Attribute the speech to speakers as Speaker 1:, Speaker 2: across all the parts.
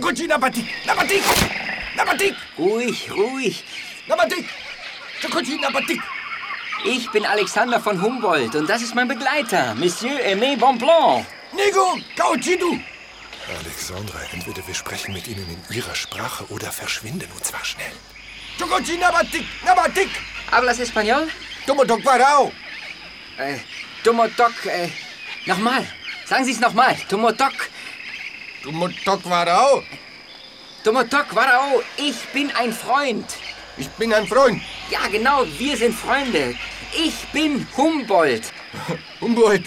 Speaker 1: Kunji, Nabatik! Nabatik! Nabatik!
Speaker 2: Ruhig, ruhig.
Speaker 1: Nabatik! Kunji, Nabatik!
Speaker 2: Ich bin Alexander von Humboldt und das ist mein Begleiter, Monsieur Aimé Bonpland.
Speaker 1: Nego! Kauchidu!
Speaker 3: Alexandra, entweder wir sprechen mit Ihnen in Ihrer Sprache oder verschwinden und zwar schnell.
Speaker 1: Kunji, Nabatik! Nabatik!
Speaker 2: ¿Hablas español?
Speaker 1: Tomo Dokwarao!
Speaker 2: Äh, Tomotok, äh, nochmal. Sagen Sie es nochmal. Tomotok,
Speaker 1: Tomo Dokwarao!
Speaker 2: Tomotok, Warao, ich bin ein Freund.
Speaker 1: Ich bin ein Freund.
Speaker 2: Ja, genau, wir sind Freunde. Ich bin Humboldt.
Speaker 1: Humboldt!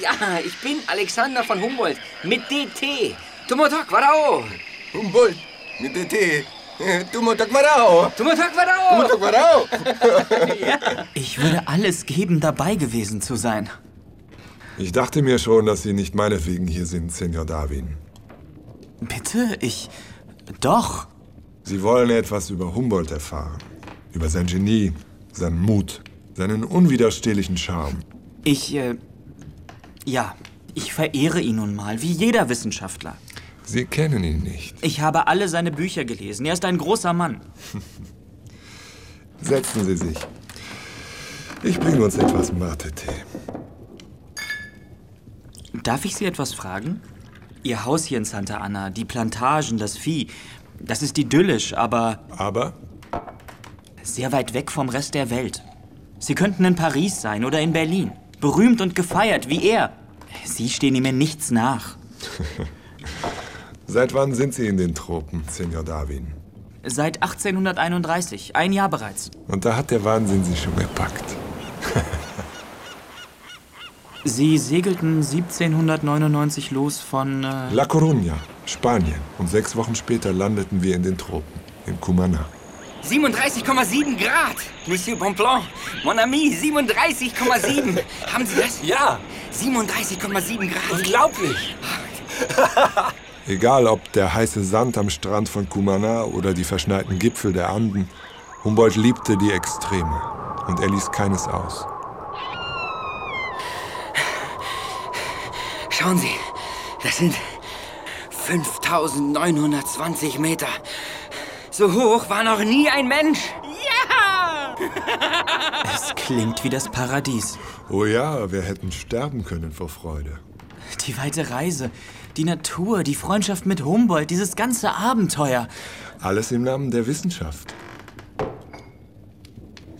Speaker 2: Ja, ich bin Alexander von Humboldt mit DT. Tomotok, Warao.
Speaker 1: Humboldt! Mit DT! Tomo Dokwarao!
Speaker 2: Tomotok,
Speaker 1: Tomo
Speaker 2: Warao.
Speaker 1: Dokwarao!
Speaker 4: Ich würde alles geben, dabei gewesen zu sein.
Speaker 3: Ich dachte mir schon, dass Sie nicht meinetwegen hier sind, Senor Darwin.
Speaker 4: Bitte, ich. Doch.
Speaker 3: Sie wollen etwas über Humboldt erfahren. Über sein Genie, seinen Mut, seinen unwiderstehlichen Charme.
Speaker 4: Ich, äh. Ja, ich verehre ihn nun mal, wie jeder Wissenschaftler.
Speaker 3: Sie kennen ihn nicht.
Speaker 4: Ich habe alle seine Bücher gelesen. Er ist ein großer Mann.
Speaker 3: Setzen Sie sich. Ich bringe uns etwas Mate-Tee.
Speaker 4: Darf ich Sie etwas fragen? Ihr Haus hier in Santa Ana, die Plantagen, das Vieh, das ist idyllisch, aber
Speaker 3: Aber
Speaker 4: sehr weit weg vom Rest der Welt. Sie könnten in Paris sein oder in Berlin. Berühmt und gefeiert, wie er. Sie stehen ihm in nichts nach.
Speaker 3: seit wann sind Sie in den Tropen, Senor Darwin?
Speaker 4: Seit 1831, ein Jahr bereits.
Speaker 3: Und da hat der Wahnsinn Sie schon gepackt.
Speaker 4: Sie segelten 1799 los von. Äh,
Speaker 3: La Coruña, Spanien. Und sechs Wochen später landeten wir in den Tropen, in Cumana.
Speaker 2: 37,7 Grad. Monsieur Bonpland, mon ami, 37,7. Haben Sie das?
Speaker 5: Ja,
Speaker 2: 37,7 Grad.
Speaker 5: unglaublich.
Speaker 3: Egal ob der heiße Sand am Strand von Cumana oder die verschneiten Gipfel der Anden, Humboldt liebte die Extreme und er ließ keines aus.
Speaker 2: Schauen Sie, das sind 5920 Meter. So hoch war noch nie ein Mensch.
Speaker 4: es klingt wie das Paradies.
Speaker 3: Oh ja, wir hätten sterben können vor Freude.
Speaker 4: Die weite Reise, die Natur, die Freundschaft mit Humboldt, dieses ganze Abenteuer.
Speaker 3: Alles im Namen der Wissenschaft.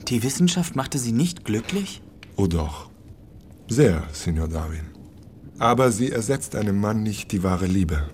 Speaker 4: Die Wissenschaft machte sie nicht glücklich?
Speaker 3: Oh doch. Sehr, Signor Darwin. Aber sie ersetzt einem Mann nicht die wahre Liebe.